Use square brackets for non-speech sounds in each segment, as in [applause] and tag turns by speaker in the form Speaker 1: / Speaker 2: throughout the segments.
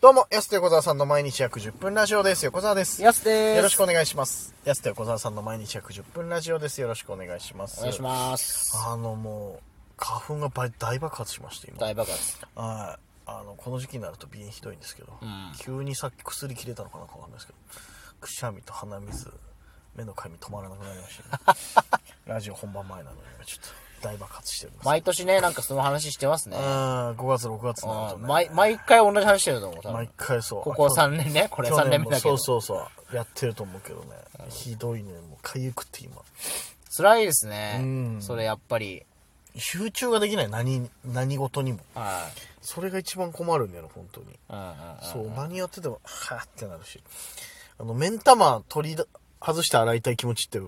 Speaker 1: どうも、安手小沢さんの毎日約10分ラジオです。横澤です。よ
Speaker 2: やすです。
Speaker 1: ろしく
Speaker 2: お
Speaker 1: お願いします。安手小沢さんの毎日約10分ラジオです。よろしくお願いします。
Speaker 2: 願いします。
Speaker 1: あのもう、花粉がばい大爆発しまして、今。
Speaker 2: 大爆発。
Speaker 1: はい。あの、この時期になると鼻炎ひどいんですけど、
Speaker 2: ん
Speaker 1: 急にさっき薬切れたのかなんかわかんないですけど、くしゃみと鼻水、目のかゆみ止まらなくなりました、ね、
Speaker 2: [laughs]
Speaker 1: ラジオ本番前なのに、今ちょっと大爆発してるんです。
Speaker 2: 毎年ね、なんかその話してますね。
Speaker 1: あ5月、6月になる
Speaker 2: あ
Speaker 1: とね。
Speaker 2: 毎、毎回同じ話してると思う。多分
Speaker 1: 毎回そう。
Speaker 2: ここ3年ね、これ
Speaker 1: 去
Speaker 2: 3
Speaker 1: 年
Speaker 2: 年
Speaker 1: も
Speaker 2: 目だけ
Speaker 1: そう
Speaker 2: ど。
Speaker 1: そうそうやってると思うけどねひどいねもうかゆくて今
Speaker 2: 辛いです
Speaker 1: う
Speaker 2: ね
Speaker 1: ん。
Speaker 2: それやっぱり。
Speaker 1: 集中ができない何何事にも
Speaker 2: はい。
Speaker 1: それが一番困るんだよな本当に
Speaker 2: うんうんうん。
Speaker 1: そう何やっててもはーってなるしあの目ん玉取りだ外して洗いたい気持ちって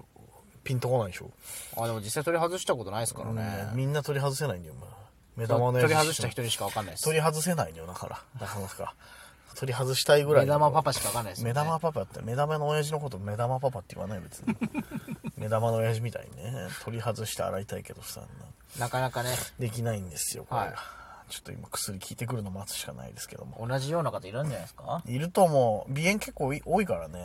Speaker 1: ピンとこないでしょ、
Speaker 2: あ、でも実際取り外したことないですからね。
Speaker 1: みんな取り外せないんだよ、まあ、目玉の
Speaker 2: 取
Speaker 1: やつ
Speaker 2: り外した人にしかわかんないです。
Speaker 1: 取り外せないんだよだからなかなか取り外したいぐらい
Speaker 2: 目
Speaker 1: の
Speaker 2: 玉パパしかわかんないですよね。
Speaker 1: 目玉パパって目玉の親父のこと目玉パパって言わない別
Speaker 2: [laughs]
Speaker 1: に目玉の親父みたいにね取り外して洗いたいけどさ
Speaker 2: なかなかね、
Speaker 1: できないんですよこれが、
Speaker 2: はい
Speaker 1: ちょっと今薬効いてくるの待つしかないですけども
Speaker 2: 同じような方いるんじゃないですか
Speaker 1: いると思う鼻炎結構い多いからね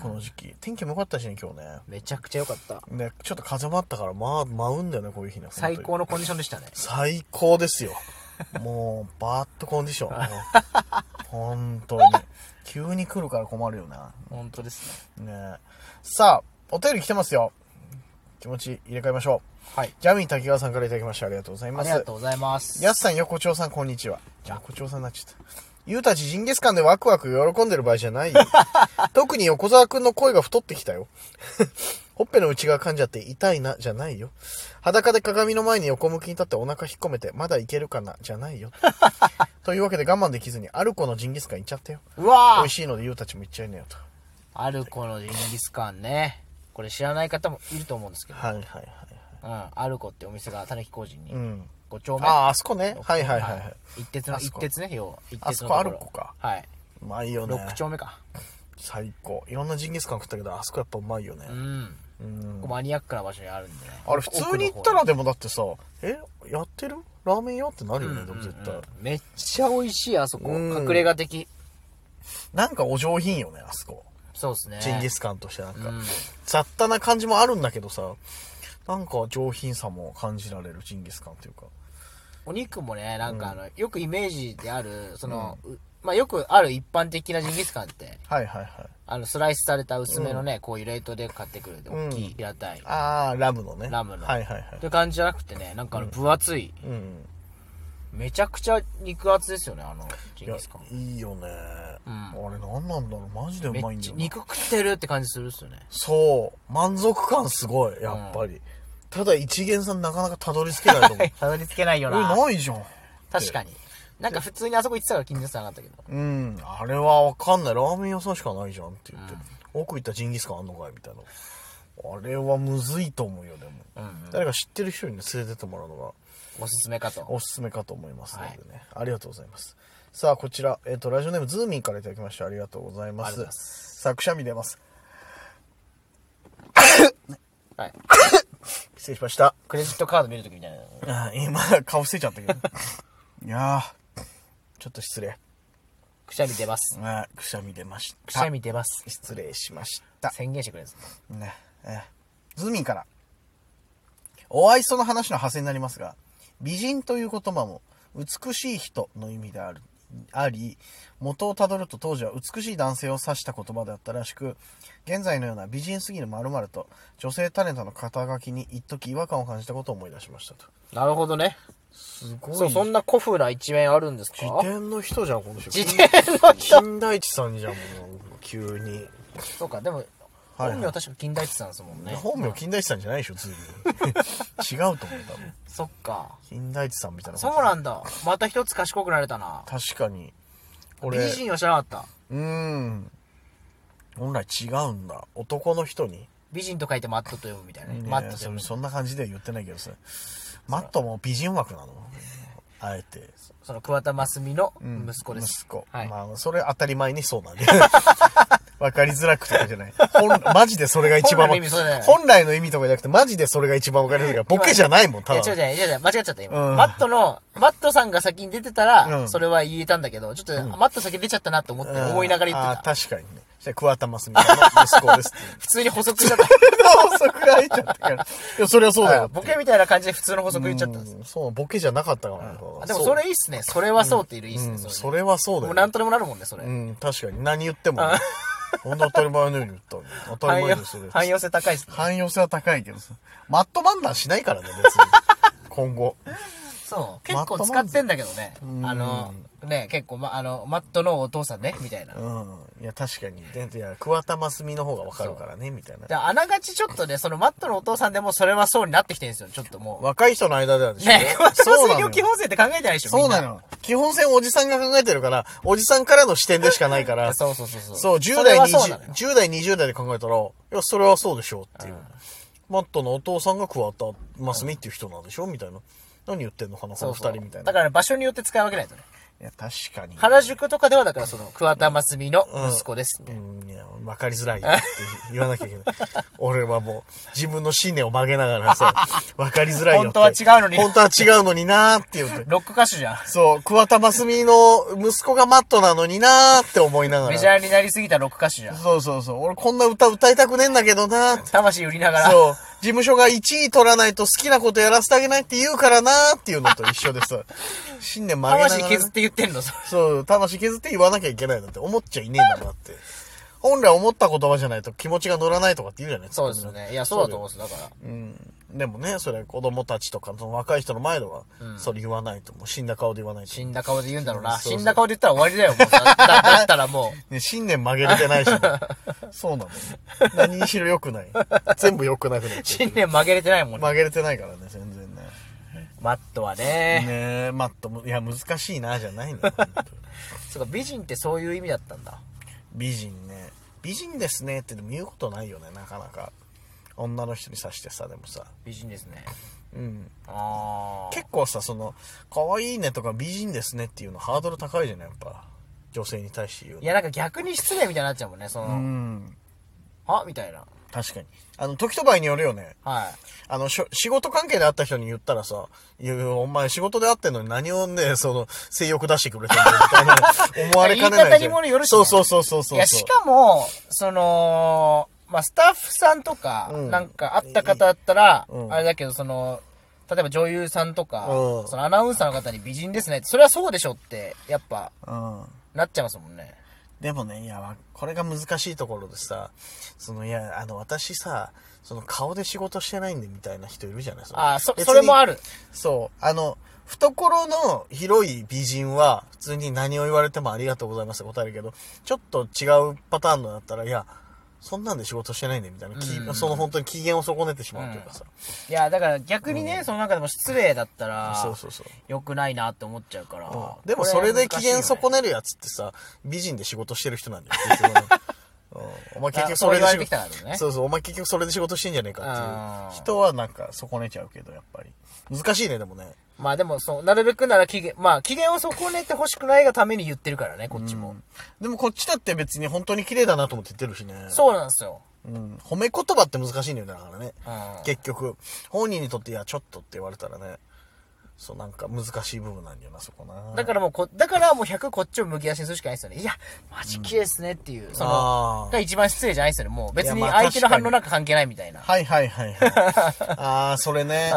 Speaker 1: この時期天気も良かったしね今日ね
Speaker 2: めちゃくちゃ良かった。
Speaker 1: ねちょっと風もあったからまあ舞うんだよねこういう日ね本当に
Speaker 2: 最高のコンディションでしたね。
Speaker 1: 最高ですよもうバーッとコンディション
Speaker 2: [laughs]
Speaker 1: 本当に急に来るから困るよな
Speaker 2: 本当ですね。
Speaker 1: ねえさあ、お便り来てますよ。気持ち入れ替えましょう。
Speaker 2: はい。
Speaker 1: ジャミー滝川さんからいただきましてありがとうござい
Speaker 2: あ
Speaker 1: ま
Speaker 2: り
Speaker 1: す。
Speaker 2: がとうございます。
Speaker 1: やすさん、横丁さん、こんにちは。横丁さんになっちゃった。ゆうたちジンギスカンでワクワク喜んでる場合じゃ [laughs] ないよ。特に横澤くんの声が太ってきたよ。 [laughs] ほっぺの内側噛んじゃって痛いな、じゃないよ。裸で鏡の前に横向きに立ってお腹引っ込めて、まだいけるかな、じゃない [laughs] よ。というわけで我慢できずに、アルコのジンギスカン行っちゃったよ。
Speaker 2: うわ
Speaker 1: 美
Speaker 2: ー
Speaker 1: 味しいのでゆうたちも行っちゃいなよと。
Speaker 2: アルコのジンギスカンね。これ知らない方もいると思うんですけど。
Speaker 1: はいはいはい。
Speaker 2: うん。アルコってお店が働き工事に。
Speaker 1: うん。
Speaker 2: 5丁目。
Speaker 1: ああ、あそこね。はいはいはいはい。
Speaker 2: 一徹の、
Speaker 1: あそ
Speaker 2: 一
Speaker 1: こ
Speaker 2: 徹ね、要は。一徹の
Speaker 1: あそこアルコか
Speaker 2: はい。
Speaker 1: うまいよね。
Speaker 2: 6丁目か。
Speaker 1: 最高。いろんなジンギスカン食ったけど、あそこやっぱうまいよね
Speaker 2: う。ん。
Speaker 1: うん。
Speaker 2: ここマニアックな場所にあるんでね。
Speaker 1: あれ、普通に行ったらでもだってさ、え、やってるラーメン屋ってなるよね、でも絶
Speaker 2: 奥の方、
Speaker 1: 対。
Speaker 2: うんめっちゃ美味しい、あそこ。
Speaker 1: うん
Speaker 2: 隠れ家的。
Speaker 1: なんかお上品よね、あそこ。
Speaker 2: そうですね。
Speaker 1: ジンギスカンとしてなんか
Speaker 2: うん。
Speaker 1: 雑多な感じもあるんだけどさ、なんか上品さも感じられるジンギスカンっていうか。
Speaker 2: お肉もね、なんかあの、よくイメージである、その、うまあ、よくある一般的なジンギスカンって、
Speaker 1: はいはいはい。
Speaker 2: あの、スライスされた薄めのね、こういうレートで買ってくる、
Speaker 1: ん
Speaker 2: 大きい平たい。っ
Speaker 1: あー、ラムのね。
Speaker 2: ラムの
Speaker 1: はいはいはい。
Speaker 2: て感じじゃなくてね、なんかあの、分厚い、
Speaker 1: うん。
Speaker 2: めちゃくちゃ肉厚ですよね、あの、ジ
Speaker 1: い
Speaker 2: ン
Speaker 1: や
Speaker 2: ギスカン。、
Speaker 1: いいよね。あれ、なんなんだろう。マジでうま
Speaker 2: め
Speaker 1: い
Speaker 2: っ
Speaker 1: んだ
Speaker 2: ちゃ
Speaker 1: よな。
Speaker 2: 肉食ってるって感じするっすよね。
Speaker 1: そう。満足感すごい、やっぱり。ただ一元さんなかなかたどり着けないと思う。 [laughs] え、
Speaker 2: たどり着けないよな。
Speaker 1: ないじゃん。
Speaker 2: 確かに。なんか普通にあそこ行ってたから気になってなかったけど。
Speaker 1: うん。あれはわかんない。ラーメン屋さんしかないじゃんって言って。奥行ったジンギスカンあんのかいみたいな。あれはむずいと思うよ、でも。
Speaker 2: うんうん
Speaker 1: 誰か知ってる人にね連れてってもらうのが
Speaker 2: おすすめかと。
Speaker 1: おすすめかと思いますのでね。ありがとうございます。さあ、こちら、えっ、と、ラジオネームズーミンからいただきましてありがとうございま
Speaker 2: あり
Speaker 1: す。
Speaker 2: がとうございま
Speaker 1: 作者見出ます。
Speaker 2: はい。
Speaker 1: 失礼しました。
Speaker 2: クレジットカード見るときみたいな。
Speaker 1: あー今、顔伏せちゃったけど。 [laughs] いやー、ちょっと失礼。
Speaker 2: くしゃみ出ます。
Speaker 1: あーくしゃみ出ました。
Speaker 2: くしゃみ出ます。
Speaker 1: 失礼しました。
Speaker 2: 宣言してくれるんです
Speaker 1: ね、えーズーミンから。お愛想の話の派生になりますが、美人という言葉も、美しい人の意味である、あり、元をたどると当時は美しい男性を指した言葉だったらしく、現在のような美人すぎる〇〇と、女性タレントの肩書きに一時違和感を感じたことを思い出しましたと。
Speaker 2: なるほどね。
Speaker 1: すごい。
Speaker 2: そう、そんな古風な一面あるんですか
Speaker 1: 自転の人じゃん、この人。
Speaker 2: 自転の人
Speaker 1: 金田一さんじゃん、もう、急に。
Speaker 2: そうか、でも、
Speaker 1: はいはい
Speaker 2: 本名は確か金田一さんですもんね。
Speaker 1: 本名金田一さんじゃないでしょ、ずいぶん。違
Speaker 2: [laughs]
Speaker 1: うと思う、多分。
Speaker 2: そっか。
Speaker 1: 金田一さんみたいなこ
Speaker 2: そ
Speaker 1: と
Speaker 2: うなんだ。また一つ賢くなれたな。
Speaker 1: 確かに。こ
Speaker 2: 美
Speaker 1: れ、
Speaker 2: 人は知らなかった。
Speaker 1: うーん。本来違うんだ。男の人に。
Speaker 2: 美人と書いてマットと読むみたいなね。
Speaker 1: ね
Speaker 2: マットと
Speaker 1: そ
Speaker 2: 読
Speaker 1: れ
Speaker 2: む。
Speaker 1: そんな感じでは言ってないけどさ。マットも美人枠なのあえて。
Speaker 2: その桑田真澄の息子です。
Speaker 1: 息子。
Speaker 2: はい。
Speaker 1: まあ、それ当たり前にそうなんで。 [laughs] わかりづらくとかじゃない。本マジでそれが一番わ
Speaker 2: 本来の意味そうだよね
Speaker 1: 本来の意味とかじゃなくて、マジでそれが一番わかりづらいから、ボケじゃないもん、
Speaker 2: い
Speaker 1: た
Speaker 2: や、
Speaker 1: だ
Speaker 2: 違う
Speaker 1: の。
Speaker 2: 違う違う違う、間違っちゃった、今。
Speaker 1: うん
Speaker 2: マットの、マットさんが先に出てたら、
Speaker 1: うん
Speaker 2: それは言えたんだけど、ちょっと、マット先出ちゃったなと思って、思いながら言って
Speaker 1: あ
Speaker 2: た。
Speaker 1: ー確かにね。そしたら桑田真澄さんの息子ですっていう。
Speaker 2: 普通に補足しちゃった。
Speaker 1: 補足が入っちゃったから。いや、それはそうだよって。
Speaker 2: ボケみたいな感じで普通の補足言っちゃったんです。
Speaker 1: うんそう、ボケじゃなかったからね。
Speaker 2: あでもそれいいっすね。それはそうっていうのいいっす
Speaker 1: う
Speaker 2: ね、
Speaker 1: ん、
Speaker 2: それ。
Speaker 1: それはそうだ
Speaker 2: も
Speaker 1: よ
Speaker 2: う
Speaker 1: ね、
Speaker 2: なんとでもなるもんね、それ。
Speaker 1: うん、確かに。何言っても、ね。ほんと当たり前のように言ったのに当た
Speaker 2: 汎
Speaker 1: り
Speaker 2: 用
Speaker 1: 前ですよ、それ。
Speaker 2: 汎用性高いっすね。
Speaker 1: 汎用性は高いけどさ。マット漫談しないからね、別
Speaker 2: [laughs]
Speaker 1: に。今後。
Speaker 2: そう。結構使ってんだけどね。あの、ね、結構、ま、あの、マットのお父さんね、みたいな。
Speaker 1: うん。いや、確かに。でいや、桑田真澄の方がわかるからね、みたいな。
Speaker 2: で、あながちちょっとね、そのマットのお父さんでもそれはそうになってきてるんですよ、ちょっとも
Speaker 1: 若い人の間ではで
Speaker 2: う。
Speaker 1: しょ。
Speaker 2: ね、
Speaker 1: そうなの
Speaker 2: 料
Speaker 1: よ
Speaker 2: 基本性って考えてないでしょ、
Speaker 1: そうな
Speaker 2: みん
Speaker 1: の。基本線おじさんが考えてるから、おじさんからの視点でしかないか
Speaker 2: な。
Speaker 1: ら。
Speaker 2: そうそうそうそう。
Speaker 1: そう、10
Speaker 2: それ
Speaker 1: 代、
Speaker 2: はそうなの
Speaker 1: 20
Speaker 2: よ
Speaker 1: 10代、20代で考えたら、いや、それはそうでしょうっていう。マットのお父さんが桑田真澄っていう人なんでしょみたいな。何言ってんのかな、こ
Speaker 2: そ
Speaker 1: の
Speaker 2: う
Speaker 1: 二
Speaker 2: そう
Speaker 1: 人みたいな。
Speaker 2: だから場所によって使い分けないとね。
Speaker 1: いや、確かに。
Speaker 2: 原宿とかではだからその、桑田真澄の息子です。
Speaker 1: うん、いや、わかりづらいよって言わなきゃい
Speaker 2: [laughs]
Speaker 1: けない。俺はもう、自分の信念を曲げながら
Speaker 2: [laughs]
Speaker 1: さ、わかりづらいよって。
Speaker 2: 本当は違うのに
Speaker 1: 本当は違うのになーって言って。
Speaker 2: ロック歌手じゃん。
Speaker 1: そう、桑田真澄の息子がマットなのになーって思いなが
Speaker 2: メジ
Speaker 1: ら。
Speaker 2: ャーになりすぎたロック歌手じゃん。
Speaker 1: そうそうそう。俺こんな歌歌いたくねえんだけどなーって。
Speaker 2: 魂売りながら。
Speaker 1: そう。事務所が1位取らないと好きなことやらせてあげないって言うからなーっていうのと一緒でさ、信念曲げながらね、
Speaker 2: 魂削って言ってんの、それ
Speaker 1: そう、魂削って言わなきゃいけないなんて思っちゃいねえんだなって。本来思った言葉じゃないと気持ちが乗らないとかって言うじゃない
Speaker 2: そうですよ。ね。いや、そうだと思うんですよだから。
Speaker 1: うん。でもね、それ子供たちとか、その若い人の前では、それ言わないと、もう死んだ顔で言わないと。
Speaker 2: 死んだ顔で言うんだろうな。
Speaker 1: そうそう
Speaker 2: 死んだ顔で言ったら終わり
Speaker 1: [laughs]
Speaker 2: だよ、もう。だだだったらもう。
Speaker 1: ね、信念曲げれてないし
Speaker 2: [laughs]
Speaker 1: ね、そうなのよ。何にしろ良くない。全部良くなくなっちゃう
Speaker 2: 信念曲げれてないもんね。
Speaker 1: 曲げれてないからね、全然ね。
Speaker 2: マットはね。
Speaker 1: ねえ、マットも、いや、難しいな、じゃないのよ。本当
Speaker 2: [laughs] そうか、美人ってそういう意味だったんだ。
Speaker 1: 美人ね。美人ですねってでも言うことないよね、なかなか。女の人に指してさ、でもさ。
Speaker 2: 美人ですね。
Speaker 1: うん。
Speaker 2: あー。
Speaker 1: 結構さ、その、可愛いねとか美人ですねっていうのハードル高いじゃない、やっぱ。女性に対して言うの
Speaker 2: いや、なんか逆に失礼みたいになっちゃうもんね、そうの、
Speaker 1: ん。
Speaker 2: あみたいな。
Speaker 1: 確かに。あの、時と場合によるよね。
Speaker 2: はい。
Speaker 1: あの、しょ仕事関係で会った人に言ったらさ、いやいやお前仕事で会ってんのに何をね、その、性欲出してくれ
Speaker 2: [laughs]
Speaker 1: てんのみたいな思われかねないじゃん。
Speaker 2: 言い方にもよるしね
Speaker 1: そうそうそうそうそうそう。
Speaker 2: いや、しかも、その、まあ、スタッフさんとか、
Speaker 1: うん
Speaker 2: なんか、会った方だったら、
Speaker 1: うん
Speaker 2: あれだけど、その、例えば女優さんとか、
Speaker 1: うん
Speaker 2: そのアナウンサーの方に美人ですねって、それはそうでしょって、やっぱ、
Speaker 1: うん。
Speaker 2: なっちゃいますもんね。
Speaker 1: でもね、いや、わこれが難しいところでさ、その、いや、あの、私さ、その顔で仕事してないんでみたいな人いるじゃないです
Speaker 2: あーそ、それもあ
Speaker 1: る。
Speaker 2: る。
Speaker 1: そう。あの、懐の広い美人は、普通に何を言われてもありがとうございますって答えるけど、ちょっと違うパターンのだったら、いや、そんなんで仕事してないんでみたいな、き
Speaker 2: うん
Speaker 1: その本当に機嫌を損ねてしまうというかさ。
Speaker 2: いや、だから逆にね、その中でも失礼だったら、
Speaker 1: そうそうそう。
Speaker 2: 良くないなって思っちゃうから。
Speaker 1: でもそれで機嫌損
Speaker 2: こ
Speaker 1: ねるやつってさ、美人で仕事してる人なんだよ、結
Speaker 2: [laughs]
Speaker 1: 局ねうんお前結局それで
Speaker 2: あ
Speaker 1: 仕
Speaker 2: そう言われてきたから
Speaker 1: 事、
Speaker 2: ね
Speaker 1: そうそう、お前結局それで仕事してんじゃねえか
Speaker 2: あ
Speaker 1: ってい
Speaker 2: ー
Speaker 1: う人はなんか損ねちゃうけど、やっぱり。難しいね、でもね。
Speaker 2: まあでも、そう、なるべくなら機嫌、まあ機嫌を損ねてほしくないがために言ってるからね、こっちも。
Speaker 1: でもこっちだって別に本当に綺麗だなと思って言ってるしね。
Speaker 2: そうなんですよ。
Speaker 1: うん。褒め言葉って難しいんだよね、だからね。
Speaker 2: うん
Speaker 1: 結局、本人にとって、いや、ちょっとって言われたらね、そう、なんか難しい部分なんだよな、そこな。
Speaker 2: だからもうこ、だからもう100こっちを向き出しにするしかないですよね。いや、マジ綺麗ですねっていう、そ
Speaker 1: あ
Speaker 2: の、
Speaker 1: ー
Speaker 2: が一番失礼じゃないですよね。もう別
Speaker 1: い
Speaker 2: に
Speaker 1: やまあ
Speaker 2: 相手の反応なんか関係ないみたいな。
Speaker 1: はいはいはい [laughs] はい。ああ、それね。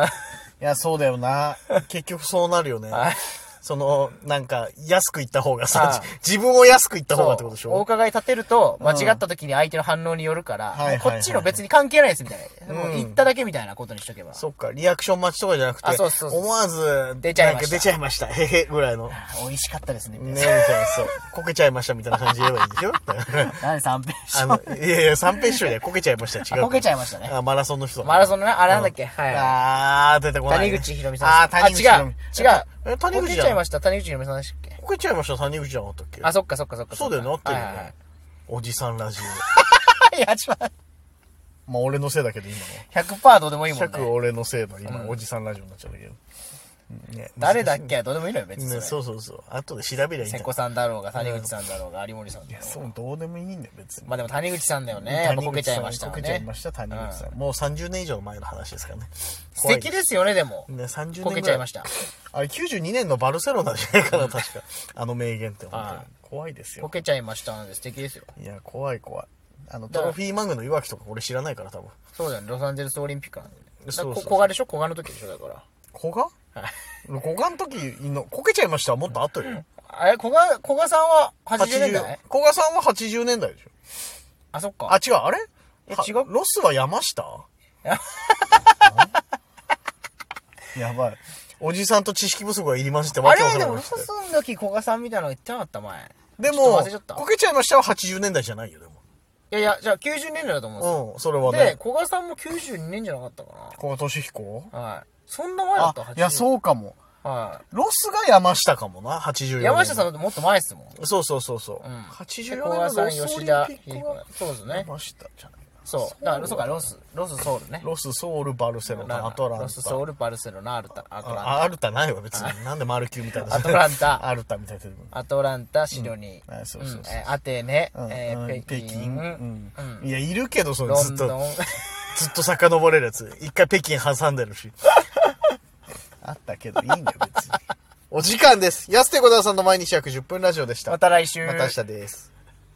Speaker 1: いや、そうだよな。結局そうなるよね
Speaker 2: はい。
Speaker 1: その、なんか、安く言った方が
Speaker 2: は
Speaker 1: さ
Speaker 2: い、
Speaker 1: 自分を安く言った方がってことでし
Speaker 2: そうお
Speaker 1: ょ
Speaker 2: 伺い立てると、間違った時に相手の反応によるか
Speaker 1: は
Speaker 2: ら、
Speaker 1: いはい
Speaker 2: もうこっちの別に関係ないですみたい
Speaker 1: う
Speaker 2: な。
Speaker 1: ん
Speaker 2: もう言っただけみたいなことにしとけば。
Speaker 1: そっか、リアクション待ちとかじゃなくて
Speaker 2: あそうそう、そう
Speaker 1: 思わず、
Speaker 2: 出ちゃいま
Speaker 1: な
Speaker 2: した
Speaker 1: んか出ちゃいました。へへ、ぐらいの。ね
Speaker 2: 美味しかったですね、
Speaker 1: え、
Speaker 2: み
Speaker 1: み
Speaker 2: た
Speaker 1: た
Speaker 2: い
Speaker 1: いな、そう。こけちゃいましたみたいな感じで言えばいいでしょ [laughs]
Speaker 2: な。なんで三平
Speaker 1: あの、いやいや、三平師匠でこけちゃいました。違う。
Speaker 2: あこけちゃいましたね
Speaker 1: あ、マラソンの人だ
Speaker 2: マラソンのね、あれなんだっけ、は
Speaker 1: あー、出てこ
Speaker 2: い。
Speaker 1: ない
Speaker 2: 谷
Speaker 1: ね。
Speaker 2: 口ひろみさん。
Speaker 1: あー、谷口ひろみ。
Speaker 2: あ、違う。違う。
Speaker 1: え、谷口
Speaker 2: こけ
Speaker 1: じ
Speaker 2: ちゃい
Speaker 1: ゃん。
Speaker 2: ました。谷口ひろみさんでしたっけ
Speaker 1: こけちゃいました、谷口じゃなかったっけ
Speaker 2: あ、そっかそっかそっか。
Speaker 1: そうだよね、合ってるよ
Speaker 2: はいはいは
Speaker 1: ね。おじさんラジ
Speaker 2: [laughs] い。いや、ちょっと待って
Speaker 1: オ。まあ、俺のせいだけど、今
Speaker 2: 100%どうでもいいもん
Speaker 1: の。
Speaker 2: ね。
Speaker 1: 100俺のせいの今、おじさんラジオになっちゃうんだけど。ね
Speaker 2: 誰だっけどうでもいいのよ、別にそ
Speaker 1: ね
Speaker 2: れ。
Speaker 1: そうそうそう。後で調べりゃいいんだ
Speaker 2: 瀬
Speaker 1: よ
Speaker 2: 古さんだろうが、谷口さんだろうが、有森さんだろう
Speaker 1: そう、どうでもいいんだよ、別に。
Speaker 2: まあでも谷口さんだよね。やっぱこけちゃいましたよ
Speaker 1: こけちゃい
Speaker 2: ね
Speaker 1: ま。した、谷口さん。もう30年以上前の話ですからね。
Speaker 2: 素敵ですよね、でも。
Speaker 1: ね、30年ぐら
Speaker 2: こけちゃいました。
Speaker 1: あれ、92年のバルセロナじゃないかな、確か。あの名言って、本当に
Speaker 2: はい。
Speaker 1: 怖いです
Speaker 2: こ
Speaker 1: よ。
Speaker 2: けちゃいましたなんで素敵ですよ。
Speaker 1: いや、怖い怖い。あの、
Speaker 2: だ
Speaker 1: ト
Speaker 2: から
Speaker 1: ロフィーマグのいわきとか俺知らないから、多分。
Speaker 2: そうだよね、ロサンゼルスオリンピックなんでね。だか
Speaker 1: そう
Speaker 2: ら
Speaker 1: そう
Speaker 2: こ小賀でしょ小賀の時でしょだから。
Speaker 1: 小賀
Speaker 2: はい
Speaker 1: 小賀の時の、こけちゃいましたはもっと後よ。
Speaker 2: あれ、古賀、古賀さんは80年代
Speaker 1: 古賀さんは80年代でしょ。
Speaker 2: あ、そっ
Speaker 1: あ、
Speaker 2: か。
Speaker 1: 違う、あれ
Speaker 2: え
Speaker 1: は
Speaker 2: 違う
Speaker 1: ロスは山
Speaker 2: [laughs]
Speaker 1: 下やばい。おじさんと知識不足が入り混じって
Speaker 2: あ
Speaker 1: わけわか
Speaker 2: れ、
Speaker 1: んなくなっ
Speaker 2: でも、ロ
Speaker 1: てき
Speaker 2: サ
Speaker 1: たよ
Speaker 2: ンの時古賀さんみたいなの言ってなかった前。
Speaker 1: で
Speaker 2: ちょっ
Speaker 1: も
Speaker 2: と忘れちゃっ、た
Speaker 1: こけちゃいましたは80年代じゃないよ、で
Speaker 2: いやいや、じゃあ90年代だと思うんですよ。
Speaker 1: も。うん、それは
Speaker 2: で
Speaker 1: ね、。
Speaker 2: 古賀さんも92年じゃなかったか
Speaker 1: 古賀俊彦
Speaker 2: な。はい。そんな前だ
Speaker 1: あ
Speaker 2: った、80、
Speaker 1: いや、そうかも。
Speaker 2: は
Speaker 1: ロスが山下かもな、84
Speaker 2: い。
Speaker 1: 年。
Speaker 2: 山下さん
Speaker 1: ん
Speaker 2: だってもっと前ですもん。
Speaker 1: そうそうそうそう。
Speaker 2: うん。
Speaker 1: 84年
Speaker 2: 古賀さ
Speaker 1: の
Speaker 2: ん、
Speaker 1: ロスオ
Speaker 2: 吉
Speaker 1: リン
Speaker 2: 田
Speaker 1: ピ
Speaker 2: 秀
Speaker 1: ッ
Speaker 2: 彦
Speaker 1: クは。
Speaker 2: そうですね。
Speaker 1: 山下じゃないかな。
Speaker 2: そう。だから、そうか、ロス、ロスソウルね。
Speaker 1: ロス、ソウル、バルセロナ、アトランタ。
Speaker 2: ロスソウル、バルセロナ、アルタ、アトラン
Speaker 1: あアルタないわ、別に。なんでマルキューみたいな。
Speaker 2: アトランタ
Speaker 1: アルタみたいな出てくる
Speaker 2: タ。アトランタ、シドニ
Speaker 1: うん
Speaker 2: ー。
Speaker 1: あそうそうそうん
Speaker 2: えーアテネ、
Speaker 1: うん
Speaker 2: え
Speaker 1: うん
Speaker 2: ー北
Speaker 1: 北京、
Speaker 2: 京、うん
Speaker 1: うんいや、いるけど、その
Speaker 2: ロ
Speaker 1: ずっ
Speaker 2: ン
Speaker 1: と、
Speaker 2: ドン。
Speaker 1: ずっと遡れるやつ。一回北京挟んでるし。 [laughs] あったけど、いいんだよ、別に。お時間です。安手小沢さんの毎日約10分ラジオでした。
Speaker 2: [laughs] また来週。
Speaker 1: また明日です。